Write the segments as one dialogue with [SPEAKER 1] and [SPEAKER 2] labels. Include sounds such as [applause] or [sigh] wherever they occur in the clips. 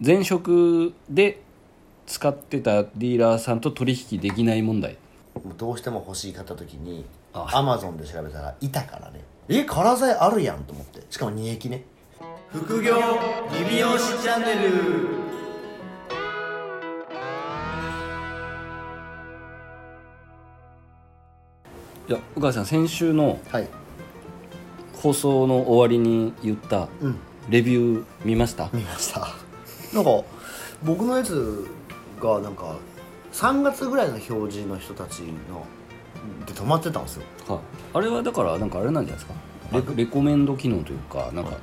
[SPEAKER 1] 前職で使ってたディーラーさんと取引できない問題
[SPEAKER 2] どうしても欲しい買った時に
[SPEAKER 1] あ
[SPEAKER 2] アマゾンで調べたらいたからねえカラー剤あるやんと思ってしかも二液ね副業リビオシチャンネル
[SPEAKER 1] いや宇川さん先週の
[SPEAKER 2] はい
[SPEAKER 1] 放送の終わりに言った
[SPEAKER 2] うん
[SPEAKER 1] レビュー見ました、
[SPEAKER 2] 見ましたなんか僕のやつがなんか3月ぐらいの表示の人たちので止まってたんですよ
[SPEAKER 1] はい、あれはだからなんかあれなんじゃないですかレレコメンド機能というかなんか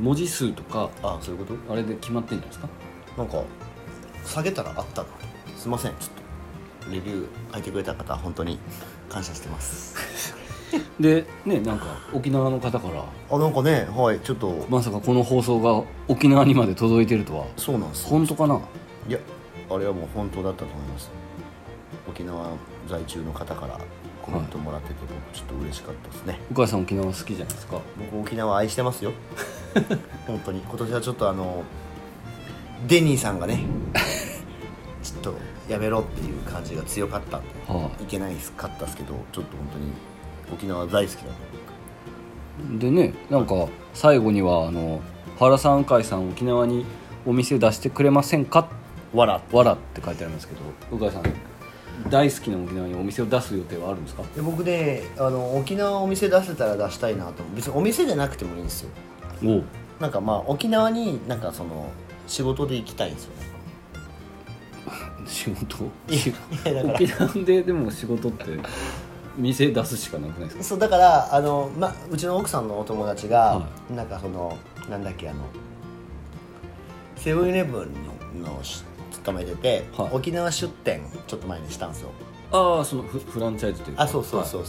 [SPEAKER 1] 文字数とか
[SPEAKER 2] あそういうこ
[SPEAKER 1] あれで決まってんじゃないですか
[SPEAKER 2] となんか下げたらあったなすいませんちょっとレビュー書いてくれた方本当に感謝してます
[SPEAKER 1] でねなんか沖縄の方から
[SPEAKER 2] あなんかねはいちょっと、
[SPEAKER 1] まさかこの放送が沖縄にまで届いてるとは
[SPEAKER 2] そうなんですよ
[SPEAKER 1] 本当かない
[SPEAKER 2] やあれはもう本当だったと思います沖縄在住の方からコメントもらってて、僕ちょっと嬉しかったですね
[SPEAKER 1] お母さん沖縄好きじゃないですか
[SPEAKER 2] 僕沖縄愛してますよ [laughs] 本当に今年はちょっとあのデニーさんがね [laughs] ちょっとやめろっていう感じが強かったんで
[SPEAKER 1] はい
[SPEAKER 2] けないかったですけどちょっと本当に沖縄大好きなんで
[SPEAKER 1] いでねなんか最後にはあの原さん海さん沖縄にお店出してくれませんか
[SPEAKER 2] わら
[SPEAKER 1] わらって書いてありますけど鵜飼さん大好きな沖縄にお店を出す予定はあるんですか
[SPEAKER 2] で僕ねあの沖縄お店出せたら出したいなと思う別にお店じゃなくてもいいんですよ
[SPEAKER 1] おう
[SPEAKER 2] なんかまあ沖縄になんかその仕事で行きたいんですよね
[SPEAKER 1] 仕事
[SPEAKER 2] いやだから
[SPEAKER 1] 沖縄ででも仕事って店出すしかなくないですか
[SPEAKER 2] そうだからあの、ま、うちの奥さんのお友達が、
[SPEAKER 1] は
[SPEAKER 2] なんかそのなんだっけあのセブンイレブンのし勤めてて、
[SPEAKER 1] はい
[SPEAKER 2] 沖縄出店ちょっと前にしたんですよ
[SPEAKER 1] ああそのフフランチャイズというか
[SPEAKER 2] あそうそうそう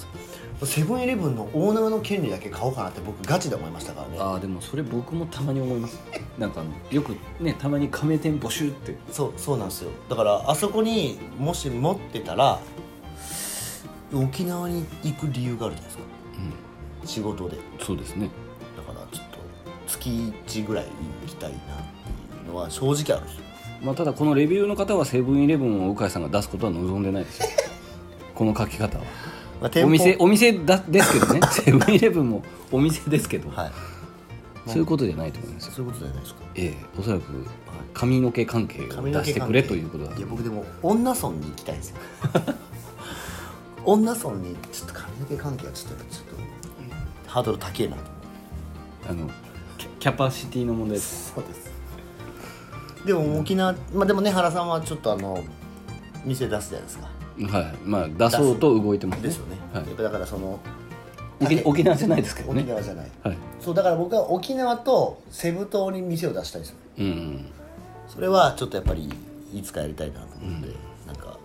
[SPEAKER 2] う、セブンイレブンのオーナーの権利だけ買おうかなって僕ガチで思いましたからね
[SPEAKER 1] ああでもそれ僕もたまに思いますなんかあのよくねたまに加盟店募集って
[SPEAKER 2] そうそうなんですよだからあそこにもし持ってたら沖縄に行く理由があるじゃないですか、仕事で
[SPEAKER 1] そうですね
[SPEAKER 2] だからちょっと月1ぐらい行きたいなっていうのは正直あるんですよ
[SPEAKER 1] まあただこのレビューの方はセブンイレブンを鵜飼さんが出すことは望んでない [laughs] ですよこの書き方は
[SPEAKER 2] ま
[SPEAKER 1] お
[SPEAKER 2] あ店舗
[SPEAKER 1] 店お店だですけど [laughs] ねセブンイレブンもお店ですけど、
[SPEAKER 2] はい
[SPEAKER 1] そういうことじゃないと思いますよ
[SPEAKER 2] そういうことじゃないですか
[SPEAKER 1] ええおそらく髪の毛関係を
[SPEAKER 2] 髪
[SPEAKER 1] 出
[SPEAKER 2] の毛
[SPEAKER 1] してくれということだ
[SPEAKER 2] いや
[SPEAKER 1] [laughs]
[SPEAKER 2] 僕でも女村に行きたいんですよ女村にちょっと髪の毛関係はちょっとやっぱちょっとハードル高えなと思って
[SPEAKER 1] あのキャキャパシティの問題です
[SPEAKER 2] そうですでも沖縄、まあ、でもね原さんはちょっとあの店出すじゃないですか
[SPEAKER 1] はいまあ出そうと動いてますね
[SPEAKER 2] ですよね、
[SPEAKER 1] はい
[SPEAKER 2] やっぱだからその
[SPEAKER 1] 沖沖縄じゃないですけど
[SPEAKER 2] 沖
[SPEAKER 1] ね
[SPEAKER 2] 縄じゃない、
[SPEAKER 1] はい
[SPEAKER 2] そうだから僕は沖縄とセブ島に店を出したいんですよ
[SPEAKER 1] うんうん
[SPEAKER 2] それはちょっとやっぱりいつかやりたいなと思って、なんか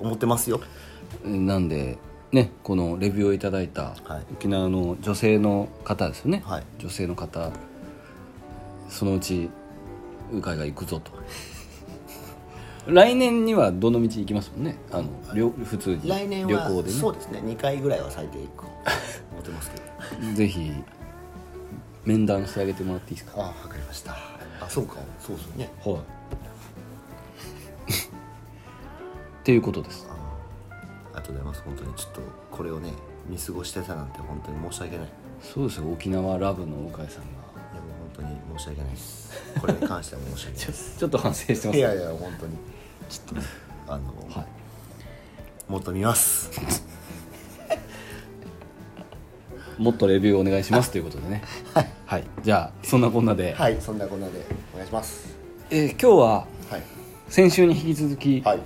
[SPEAKER 2] 思ってますよ
[SPEAKER 1] なんでねこのレビューをいただいた
[SPEAKER 2] はい
[SPEAKER 1] 沖縄の女性の方ですよね、
[SPEAKER 2] はい
[SPEAKER 1] 女性の方そのうち鵜飼が行くぞと来年にはどの道行きますもんねあのりょ普通に
[SPEAKER 2] 来年
[SPEAKER 1] 旅
[SPEAKER 2] は
[SPEAKER 1] 行で
[SPEAKER 2] そうですね2回ぐらいは最低行 [laughs] こう思ってますけど
[SPEAKER 1] ねぜひ面談してあげてもらっていいですか
[SPEAKER 2] ああ分かりましたあそうかそうですよね
[SPEAKER 1] はい [laughs] っていうことです
[SPEAKER 2] ありがとうございます本当にちょっとこれをね見過ごしてたなんて本当に申し訳ない
[SPEAKER 1] そうですよ沖縄ラブの鵜飼さんが
[SPEAKER 2] いやもう本当に申し訳ないですこれに関しては申し訳な
[SPEAKER 1] ち
[SPEAKER 2] いで
[SPEAKER 1] ょちょっと反省してますす
[SPEAKER 2] [laughs] いやいや本当にちょっとあの、
[SPEAKER 1] はい
[SPEAKER 2] もっと見ます
[SPEAKER 1] もっとレビューお願いしますということで
[SPEAKER 2] [laughs]
[SPEAKER 1] ねはい、じゃあそんなこんなで、
[SPEAKER 2] はいそんなこんなでお願いします
[SPEAKER 1] えー今日は
[SPEAKER 2] はい
[SPEAKER 1] 先週に引き続き、
[SPEAKER 2] はい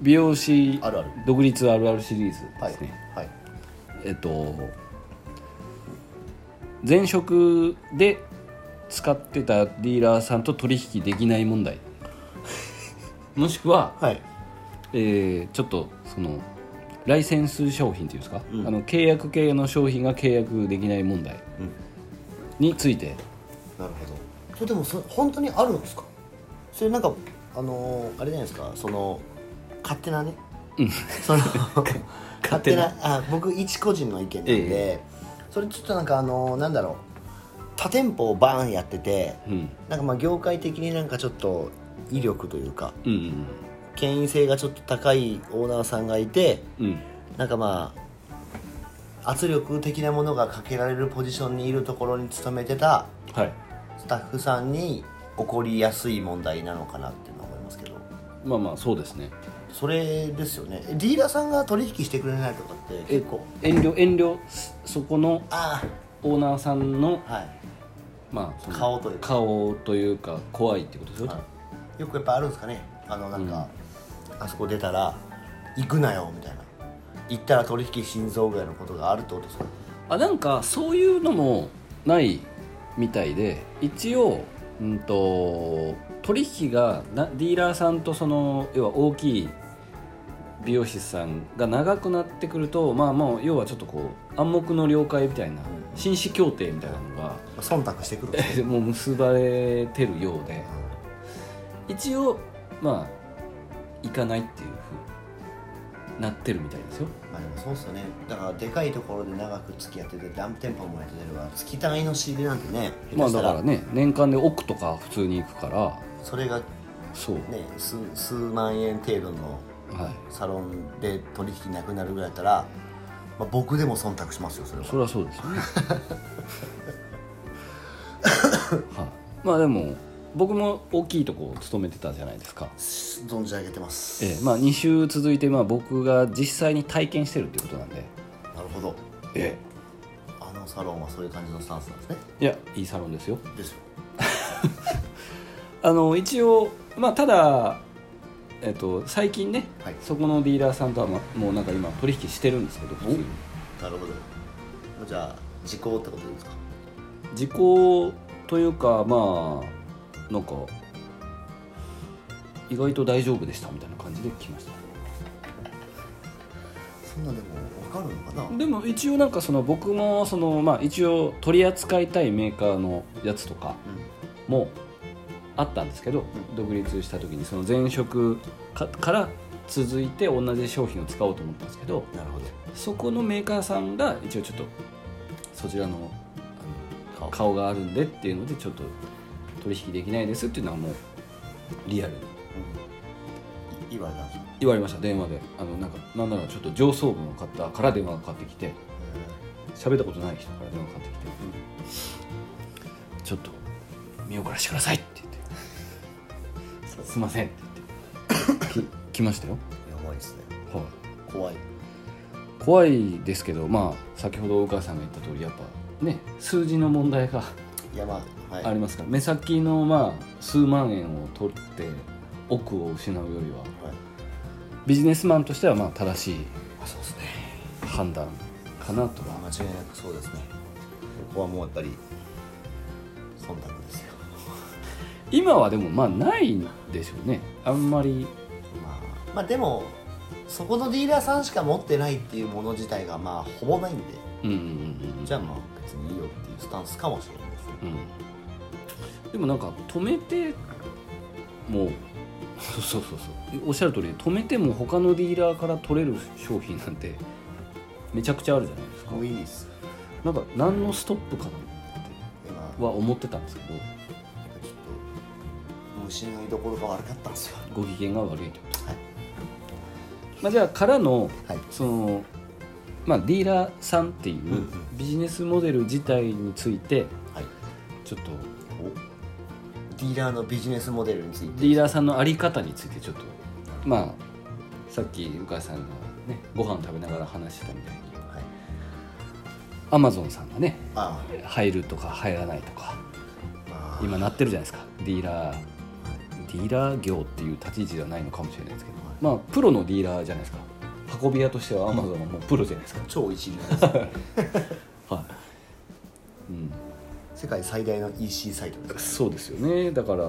[SPEAKER 1] 美容師
[SPEAKER 2] あるある
[SPEAKER 1] 独立あるあるシリーズ
[SPEAKER 2] は
[SPEAKER 1] で
[SPEAKER 2] い
[SPEAKER 1] すね、
[SPEAKER 2] はい
[SPEAKER 1] えっと前職で使ってたディーラーさんと取引できない問
[SPEAKER 2] [laughs]
[SPEAKER 1] 題もしくは、
[SPEAKER 2] はい
[SPEAKER 1] えーちょっとそのライセンス商品っていうんですか、
[SPEAKER 2] うん
[SPEAKER 1] あの契約系の商品が契約できない問題
[SPEAKER 2] うん
[SPEAKER 1] について、
[SPEAKER 2] なるほどそれでもそれ本当にあるんですかそれなんかあのーあれじゃないですかその勝手なねそ [laughs] の勝手なあ僕一個人の意見なんで、それちょっとなんかあのーなんだろう多店舗をバーンやってて
[SPEAKER 1] うん
[SPEAKER 2] なんかまあ業界的になんかちょっと威力というか
[SPEAKER 1] うんうん
[SPEAKER 2] 権威性がちょっと高いオーナーさんがいて
[SPEAKER 1] うん
[SPEAKER 2] なんかまあ圧力的なものがかけられるポジションにいるところに勤めてた
[SPEAKER 1] はい
[SPEAKER 2] スタッフさんに起こりやすい問題なのかなっていうのは思いますけど
[SPEAKER 1] まあまあそうですね
[SPEAKER 2] それですよねディーラーさんが取引してくれないとかって結構
[SPEAKER 1] 遠慮遠慮そこの
[SPEAKER 2] あ
[SPEAKER 1] オーナーさんの
[SPEAKER 2] あはい
[SPEAKER 1] まあその
[SPEAKER 2] 顔というか
[SPEAKER 1] 顔というか怖いってことですよ、
[SPEAKER 2] よくやっぱあるんですかねあのなんか、あそこ出たら行くなよみたいな行ったら取引心臓ぐらいのことがあるってことですか
[SPEAKER 1] あなんかそういうのもないみたいで一応、うん、と取引がなディーラーさんとその要は大きい美容師さんが長くなってくるとまあまあ要はちょっとこう暗黙の了解みたいな紳士協定みたいなのが
[SPEAKER 2] [laughs] 忖度してくる
[SPEAKER 1] でもう結ばれてるようで一応まあ行かないっていうふうになってるみたいですよ
[SPEAKER 2] まあでもそうっすよねだからでかいところで長く付き合っててダンプ店舗もやってるわ月単位の仕入れなんてね
[SPEAKER 1] ま
[SPEAKER 2] 下手
[SPEAKER 1] あ
[SPEAKER 2] し
[SPEAKER 1] だ
[SPEAKER 2] たら,、
[SPEAKER 1] からね年間で億とか普通に行くから
[SPEAKER 2] それがね
[SPEAKER 1] そう、
[SPEAKER 2] 数数万円程度の
[SPEAKER 1] はい
[SPEAKER 2] サロンで取引なくなるぐらいだったら、まあ、僕でも忖度しますよそれは
[SPEAKER 1] それはそうですよ [laughs] ねはいまあでも僕も大きいとこを勤めてたじゃないですか、
[SPEAKER 2] 存じ上げてます
[SPEAKER 1] ええまあ、2週続いてまあ僕が実際に体験してるっていうことなんで、
[SPEAKER 2] なるほど
[SPEAKER 1] え
[SPEAKER 2] あのサロンはそういう感じのスタンスなんですね
[SPEAKER 1] え、いやいいサロンですよ
[SPEAKER 2] ですよ
[SPEAKER 1] あの一応まあただえっと最近ね、
[SPEAKER 2] はい
[SPEAKER 1] そこのディーラーさんとは、ま、もうなんか今取引してるんですけど普通に
[SPEAKER 2] なるほどじゃあ時効ってことですか
[SPEAKER 1] 時効というかまあなんか意外と大丈夫でしたみたいな感じで来ました
[SPEAKER 2] そんなでも分かるのかな
[SPEAKER 1] でも一応なんかその僕もそのまあ一応取り扱いたいメーカーのやつとかもあったんですけど、独立した時にその前職かから続いて同じ商品を使おうと思ったんですけど
[SPEAKER 2] なるほど
[SPEAKER 1] そこのメーカーさんが一応ちょっとそちらのあの顔があるんでっていうのでちょっと取引できないですっていうのはもうリアルに
[SPEAKER 2] い言われたんですか
[SPEAKER 1] 言われました電話であのなんかなんならちょっと上層部の方から電話がかかってきて喋ったことない人から電話かかってきて、ちょっと見送らせてくださいって言ってすいませんって言ってき来ましたよ、
[SPEAKER 2] やばいですね
[SPEAKER 1] はい、
[SPEAKER 2] 怖い
[SPEAKER 1] 怖いですけどまあ先ほど鵜飼さんが言った通りやっぱね数字の問題が
[SPEAKER 2] いやまあはい
[SPEAKER 1] ありますから、目先のまあ数万円を取って億を失うよりは
[SPEAKER 2] はい
[SPEAKER 1] ビジネスマンとしてはまあ正しい
[SPEAKER 2] あそうですね
[SPEAKER 1] 判断かなと
[SPEAKER 2] まあ
[SPEAKER 1] は
[SPEAKER 2] 間違いなくそうですねここはもうやっぱり忖度ですよ
[SPEAKER 1] 今はでもまあないんでしょうねあんまり
[SPEAKER 2] まあまあでもそこのディーラーさんしか持ってないっていうもの自体がまあほぼないんで
[SPEAKER 1] うんうんうん
[SPEAKER 2] じゃあまあ別にいいよっていうスタンスかもしれないですね
[SPEAKER 1] うんうんでもなんか止めてもそうそうそうそうおっしゃる通り止めても他のディーラーから取れる商品なんてめちゃくちゃあるじゃないですか
[SPEAKER 2] もういいです
[SPEAKER 1] なんか何のストップかなっ
[SPEAKER 2] 今
[SPEAKER 1] ては思ってたんですけど
[SPEAKER 2] ちょっと虫の居所が悪かったんですよ
[SPEAKER 1] ご機嫌が悪いってこと、
[SPEAKER 2] はい
[SPEAKER 1] まあ、じゃあからの
[SPEAKER 2] はい
[SPEAKER 1] その、まあ、ディーラーさんってい
[SPEAKER 2] んう
[SPEAKER 1] うんビジネスモデル自体について
[SPEAKER 2] はい
[SPEAKER 1] ちょっと
[SPEAKER 2] ディーラーのビジネスモデルについて
[SPEAKER 1] ディーラーさんのあり方についてちょっとまあさっき鵜飼さんがねご飯食べながら話してたみたいに
[SPEAKER 2] はい
[SPEAKER 1] アマゾンさんがね
[SPEAKER 2] あ
[SPEAKER 1] 入るとか入らないとか
[SPEAKER 2] あまあ
[SPEAKER 1] 今なってるじゃないですかディーラーディーラー業っていう立ち位置ではないのかもしれないですけど、まあプロのディーラーじゃないですか運び屋としてはアマゾンはもうプロじゃないですか、
[SPEAKER 2] 超一流です
[SPEAKER 1] はい、うん、
[SPEAKER 2] 世界最大の EC サイトです
[SPEAKER 1] そうですよねだから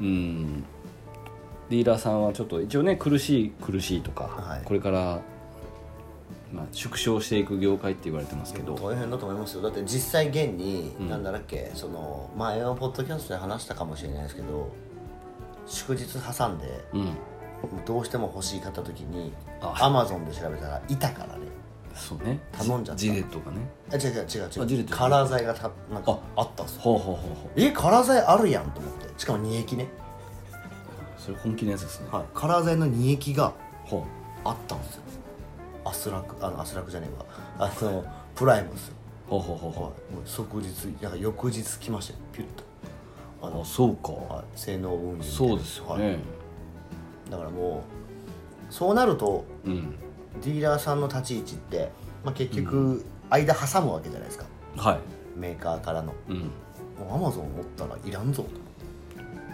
[SPEAKER 1] うんディーラーさんはちょっと一応ね苦しい苦しいとか、
[SPEAKER 2] はい
[SPEAKER 1] これから、まあ、縮小していく業界って言われてますけど
[SPEAKER 2] 大変だと思いますよだって実際現に、
[SPEAKER 1] うん
[SPEAKER 2] なんだっけその前のポッドキャストで話したかもしれないですけど祝日挟んで
[SPEAKER 1] うん
[SPEAKER 2] どうしても欲しい買った時に
[SPEAKER 1] あ
[SPEAKER 2] アマゾンで調べたらいたからね
[SPEAKER 1] そうね
[SPEAKER 2] 頼んじゃった
[SPEAKER 1] ジジレットがね
[SPEAKER 2] あ違う違う違う違
[SPEAKER 1] あ
[SPEAKER 2] う
[SPEAKER 1] ジレット
[SPEAKER 2] カラー剤がたなんかあったんすよ
[SPEAKER 1] ほうほうほうほう
[SPEAKER 2] えカラー剤あるやんと思ってしかも2液ね、
[SPEAKER 1] それ本気のやつですね
[SPEAKER 2] はい、カラー剤の2液が
[SPEAKER 1] ほう
[SPEAKER 2] あったんですよアスラクあのアスラクじゃねえわあのプライムですよ、
[SPEAKER 1] ほうほうほう
[SPEAKER 2] はい、も
[SPEAKER 1] ほ
[SPEAKER 2] う即日なんか翌日来ましたよピュッとあ
[SPEAKER 1] うあ
[SPEAKER 2] の、
[SPEAKER 1] そうか
[SPEAKER 2] はい、性能運輸みたいな
[SPEAKER 1] そうですよ
[SPEAKER 2] は
[SPEAKER 1] ね
[SPEAKER 2] い、だからもうそうなると
[SPEAKER 1] うん
[SPEAKER 2] ディーラーさんの立ち位置って、まあ、結局間挟むわけじゃないですか、
[SPEAKER 1] は
[SPEAKER 2] メーカーからの
[SPEAKER 1] いうん
[SPEAKER 2] もうアマゾン持ったらいらんぞ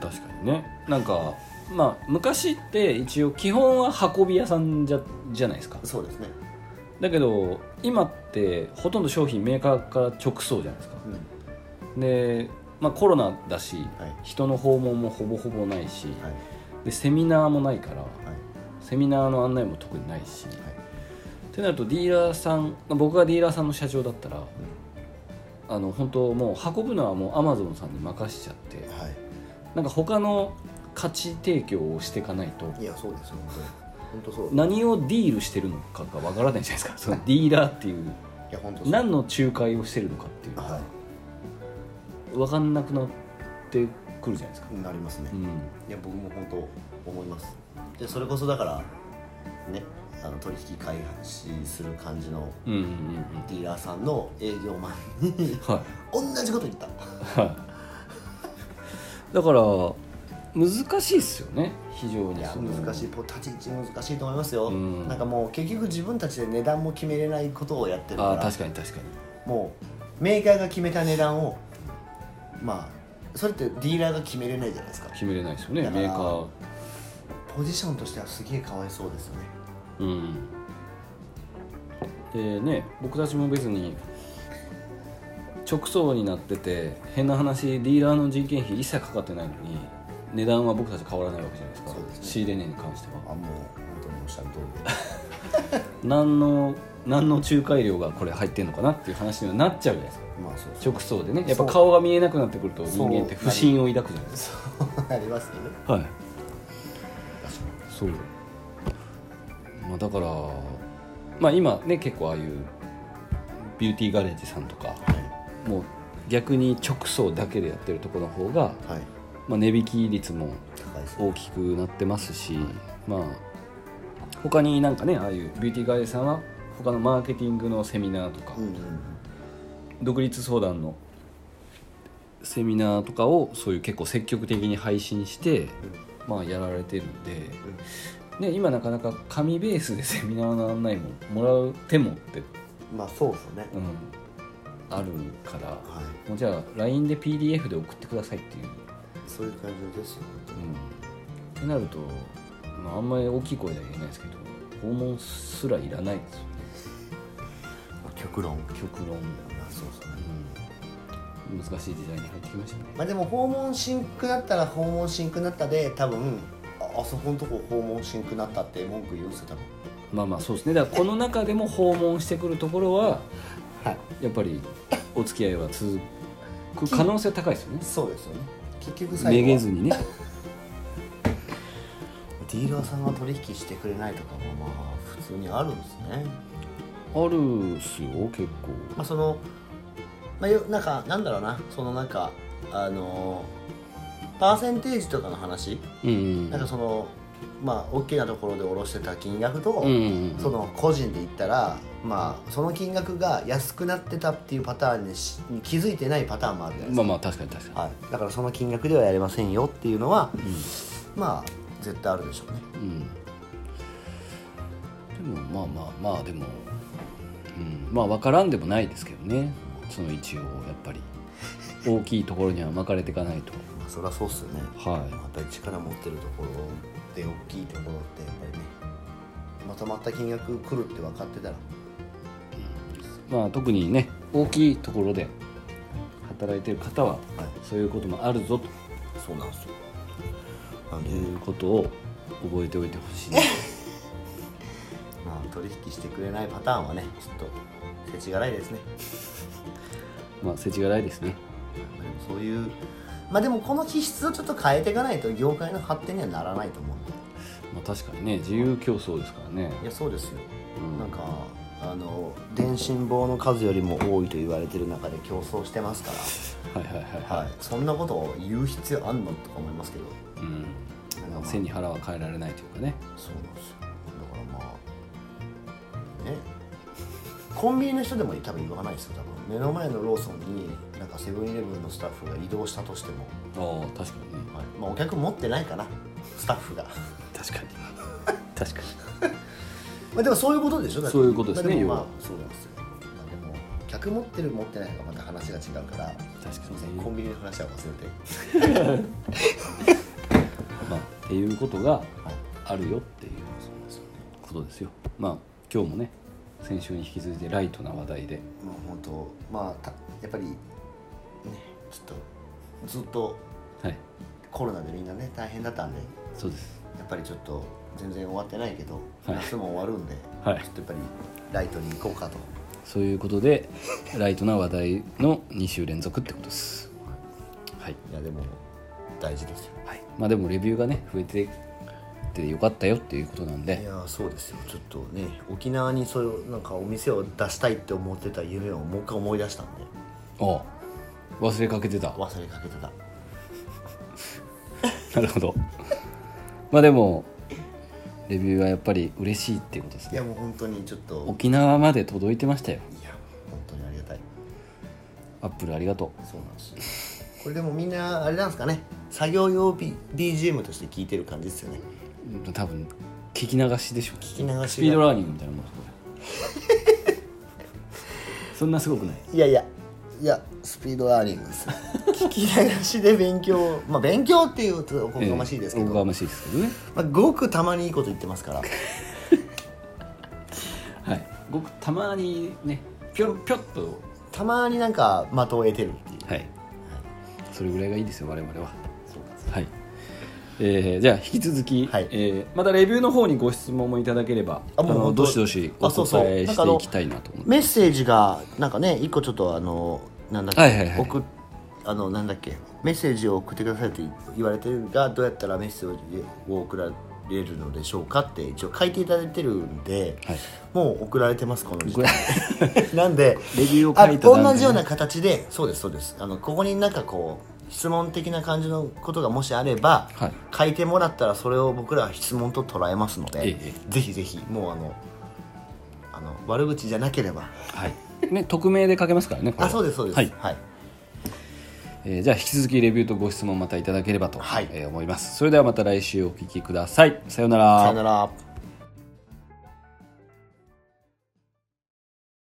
[SPEAKER 2] と
[SPEAKER 1] 確かにねなんかまあ昔って一応基本は運び屋さんじゃじゃないですか
[SPEAKER 2] そうですね、
[SPEAKER 1] だけど今ってほとんど商品メーカーから直送じゃないですか
[SPEAKER 2] うん
[SPEAKER 1] で、まあ、コロナだし、
[SPEAKER 2] はい
[SPEAKER 1] 人の訪問もほぼほぼないし、
[SPEAKER 2] はい
[SPEAKER 1] でセミナーもないから
[SPEAKER 2] はい
[SPEAKER 1] セミナーの案内も特にないし、
[SPEAKER 2] はい
[SPEAKER 1] ってなるとディーラーさん僕がディーラーさんの社長だったら、あの本当もう運ぶのはもうアマゾンさんに任しちゃって
[SPEAKER 2] はい
[SPEAKER 1] なんか他の価値提供をしていかないと
[SPEAKER 2] いやそうですよ本当に本当そうい
[SPEAKER 1] 何をディールしてるのかがわからないじゃないですかそのディーラーっていう
[SPEAKER 2] や本当そう
[SPEAKER 1] 何の仲介をしてるのかっていう
[SPEAKER 2] は
[SPEAKER 1] 分かんなくなってくるじゃないですか、
[SPEAKER 2] いなりますね、
[SPEAKER 1] うん、
[SPEAKER 2] いや僕も本当思いますでそれこそだからねあの取引開発する感じの
[SPEAKER 1] うんうんうんうん
[SPEAKER 2] ディーラーさんの営業マンに
[SPEAKER 1] は
[SPEAKER 2] 同じこと言った
[SPEAKER 1] いはいだから難しいですよね非常
[SPEAKER 2] い
[SPEAKER 1] に
[SPEAKER 2] や
[SPEAKER 1] その
[SPEAKER 2] 難しい立ち位置難しいと思いますよ、
[SPEAKER 1] うん
[SPEAKER 2] なんかもう結局自分たちで値段も決めれないことをやってるか
[SPEAKER 1] あー
[SPEAKER 2] ら
[SPEAKER 1] 確かに確かに
[SPEAKER 2] もうメーカーが決めた値段をまあそれってディーラーが決めれないじゃないですか
[SPEAKER 1] 決めれないですよね
[SPEAKER 2] だか
[SPEAKER 1] メ
[SPEAKER 2] ら
[SPEAKER 1] ーカー
[SPEAKER 2] ポジションとしてはすげえかわいそうですよね
[SPEAKER 1] うんでね僕たちも別に直送になってて変な話ディーラーの人件費一切かかってないのに値段は僕たち変わらないわけじゃないですか
[SPEAKER 2] そうですね
[SPEAKER 1] 仕入れ値に関して
[SPEAKER 2] あ
[SPEAKER 1] は
[SPEAKER 2] もう本当におっしゃる通りで
[SPEAKER 1] 何の何の仲介料がこれ入ってんのかなっていう話にはなっちゃうじゃないですか [laughs]
[SPEAKER 2] まあそうですね
[SPEAKER 1] 直
[SPEAKER 2] [laughs]
[SPEAKER 1] 送でねやっぱ
[SPEAKER 2] そう
[SPEAKER 1] 顔が見えなくなってくると人
[SPEAKER 2] そう
[SPEAKER 1] 間って不信を抱くじゃないです
[SPEAKER 2] そうなりますよね
[SPEAKER 1] かはいそうまあだからまあ今ね結構ああいうビューティーガレージさんとかもう逆に直送だけでやってるところの方が、
[SPEAKER 2] はい、はい、
[SPEAKER 1] まあ、値引き率も
[SPEAKER 2] 高いですね
[SPEAKER 1] 大きくなってますしまあ他になんかねああいうビューティーガレージさんは他のマーケティングのセミナーとか、
[SPEAKER 2] うんうんうん
[SPEAKER 1] 独立相談のセミナーとかをそういう結構積極的に配信して、まあやられてるんで、ね、今なかなか紙ベースで [laughs] セミナーの案内ももらう手もって、
[SPEAKER 2] まあそうですよね、
[SPEAKER 1] うん、あるから
[SPEAKER 2] はい
[SPEAKER 1] もうじゃあ LINE で PDF で送ってくださいっていう、
[SPEAKER 2] そういう感じですよ本当に
[SPEAKER 1] うん、ってなると、まあ、あんまり大きい声では言えないですけど訪問すらいらないですよね
[SPEAKER 2] まあ極論
[SPEAKER 1] 極論、
[SPEAKER 2] まあそうですね
[SPEAKER 1] うん、難しい時代に入ってきましたね
[SPEAKER 2] まあでも訪問しんくなったら訪問しんくなったで多分ああそこのとこ訪問しんくなったって文句言うんですよ多分
[SPEAKER 1] まあまあそうですねだからこの中でも訪問してくるところは
[SPEAKER 2] はい
[SPEAKER 1] やっぱりお付き合いは続く可能性は高いですよね
[SPEAKER 2] そうですよね結局
[SPEAKER 1] め
[SPEAKER 2] 最後
[SPEAKER 1] げ
[SPEAKER 2] は
[SPEAKER 1] ずにね
[SPEAKER 2] ディーラーさんが取引してくれないとかもまあ普通にあるんですね
[SPEAKER 1] あるっすよ結構
[SPEAKER 2] まあそのまあよなんかなんだろうなそのなんかあのーパーセンテージとかの話
[SPEAKER 1] うん
[SPEAKER 2] なんかそのまあ大きなところで下ろしてた金額と、
[SPEAKER 1] うんうん
[SPEAKER 2] その個人で言ったら、まあ、その金額が安くなってたっていうパターンにしに気づいてないパターンもあるじゃない
[SPEAKER 1] ま
[SPEAKER 2] で
[SPEAKER 1] すあまあ確かに確
[SPEAKER 2] か、
[SPEAKER 1] か
[SPEAKER 2] はい、だからその金額ではやれませんよっていうのは、まあ絶対あるでしょうね
[SPEAKER 1] にうんでもまあまあまあでも、うん、まあ分からんでもないですけどねその一応やっぱり大きいところには巻かれていかないと
[SPEAKER 2] まあそりゃそうっすよね
[SPEAKER 1] はい
[SPEAKER 2] やっぱり力持ってるところで大きいところってやっぱりねまとまった金額来るって分かってたら
[SPEAKER 1] まあ、特にね大きいところで働いてる方はそういうこともあるぞと
[SPEAKER 2] そうなんですよなんで、
[SPEAKER 1] いうことを覚えておいてほしい [laughs] な
[SPEAKER 2] まあ取引してくれないパターンはねちょっと世知辛いですね
[SPEAKER 1] まあ世知辛いですね
[SPEAKER 2] でもそういうまあでもこの気質をちょっと変えていかないと業界の発展にはならないと思うんで
[SPEAKER 1] まあ確かにね自由競争ですからね
[SPEAKER 2] いやそうですよ、
[SPEAKER 1] うん
[SPEAKER 2] なんかああの電信棒の数よりも多いと言われてる中で競争してますか
[SPEAKER 1] はいはいはい
[SPEAKER 2] ら、はい、そんなことを言う必要あんのとか思いますけど
[SPEAKER 1] うん
[SPEAKER 2] なんか、まあ
[SPEAKER 1] 背に腹は変えられないというかね
[SPEAKER 2] そうなんですよだからまあねコンビニの人でも多分言わないですよ多分目の前のローソンになんかセブンイレブンのスタッフが移動したとしても、
[SPEAKER 1] ああ確かにね
[SPEAKER 2] はいまあ、お客持ってないかなスタッフが [laughs]
[SPEAKER 1] 確かに [laughs] 確かに
[SPEAKER 2] まあでもそういうことでしょだって
[SPEAKER 1] そういうことですね
[SPEAKER 2] まあでもま
[SPEAKER 1] 要
[SPEAKER 2] あ
[SPEAKER 1] は
[SPEAKER 2] そうなんですよ、まあ、でも客持ってる持ってないのがまた話が違うから
[SPEAKER 1] 確か
[SPEAKER 2] すいません
[SPEAKER 1] にね
[SPEAKER 2] コンビニの話は忘れて
[SPEAKER 1] まあ、っていうことが
[SPEAKER 2] はい
[SPEAKER 1] あるよっていう
[SPEAKER 2] そうなんですよね
[SPEAKER 1] ことですよまあ今日もね先週に引き続いてライトな話題で
[SPEAKER 2] もう本当まあたやっぱりねちょっとずっと
[SPEAKER 1] はい
[SPEAKER 2] コロナでみんなね大変だったんで
[SPEAKER 1] そうです
[SPEAKER 2] やっぱりちょっと全然終わってないけど、
[SPEAKER 1] はい
[SPEAKER 2] 夏も終わるんで、
[SPEAKER 1] はい
[SPEAKER 2] ちょっとやっぱりライトに行こうかと
[SPEAKER 1] そういうことでライトな話題の2週連続ってことですはい、
[SPEAKER 2] いやでも大事ですよ
[SPEAKER 1] はい、まあでもレビューがね増えてってよかったよっていうことなん
[SPEAKER 2] い
[SPEAKER 1] で
[SPEAKER 2] やそうですよちょっとね沖縄にそういうなんかお店を出したいって思ってた夢をもう一回思い出したんで
[SPEAKER 1] ああ忘れかけてた
[SPEAKER 2] 忘れかけてた
[SPEAKER 1] なるほどまあでもレビューはやっぱり嬉しいっていうことです
[SPEAKER 2] いや
[SPEAKER 1] ね
[SPEAKER 2] もう本当にちょっと
[SPEAKER 1] 沖縄まで届いてましたよ
[SPEAKER 2] いや本当にありがたい
[SPEAKER 1] アップルありがとう
[SPEAKER 2] そうなんですよこれでもみんなあれなんですかね作業用 B BGM として聞いてる感じですよね
[SPEAKER 1] うん多分聞き流しでしょ
[SPEAKER 2] 聞き流しが
[SPEAKER 1] スピードラーニングみたいなもんですこ
[SPEAKER 2] [laughs]
[SPEAKER 1] れそんなすごくない
[SPEAKER 2] いやいやいやスピードラーニングです
[SPEAKER 1] [laughs]
[SPEAKER 2] 聞き流しで勉強まあ勉強っていうとおこがましいですけ
[SPEAKER 1] ええお
[SPEAKER 2] ど、
[SPEAKER 1] こがましいですけどね
[SPEAKER 2] まあ、ごくたまにいいこと言ってますから
[SPEAKER 1] はいごくたまにねぴょんぴょっと
[SPEAKER 2] たまになんか的を得てるっていう
[SPEAKER 1] はいそれぐらいがいいですよ我々は
[SPEAKER 2] そうなんです
[SPEAKER 1] はい、えーじゃあ引き続き、
[SPEAKER 2] はい
[SPEAKER 1] えーまたレビューの方にご質問もいただければ
[SPEAKER 2] あもう
[SPEAKER 1] の
[SPEAKER 2] 本当
[SPEAKER 1] どしどしお
[SPEAKER 2] あそうそう
[SPEAKER 1] 答えしていきたいなと思って
[SPEAKER 2] メッセージがなんかね一個ちょっとあのなんだっけ、
[SPEAKER 1] はいはいはい
[SPEAKER 2] 送っあのなんだっけメッセージを送ってくださいって言われてるがどうやったらメッセージを送られるのでしょうかって一応書いていただいてるんで、
[SPEAKER 1] はい
[SPEAKER 2] もう送られてますこの時
[SPEAKER 1] これ
[SPEAKER 2] 点 [laughs] なんで
[SPEAKER 1] レビューを
[SPEAKER 2] あ
[SPEAKER 1] 書いた段階で
[SPEAKER 2] 同じような形でそうですそうですあのここになんかこう質問的な感じのことがもしあれば、
[SPEAKER 1] はい
[SPEAKER 2] 書いてもらったらそれを僕らは質問と捉えますので、
[SPEAKER 1] ええ
[SPEAKER 2] ぜひぜひもうあのあの悪口じゃなければ
[SPEAKER 1] はいね、匿名で書けますからねこれ
[SPEAKER 2] あそうですそうです
[SPEAKER 1] はい
[SPEAKER 2] はい、
[SPEAKER 1] えーじゃあ引き続きレビューとご質問またいただければと、
[SPEAKER 2] はい
[SPEAKER 1] えー思いますそれではまた来週お聞きくださいさようなら
[SPEAKER 2] さよなら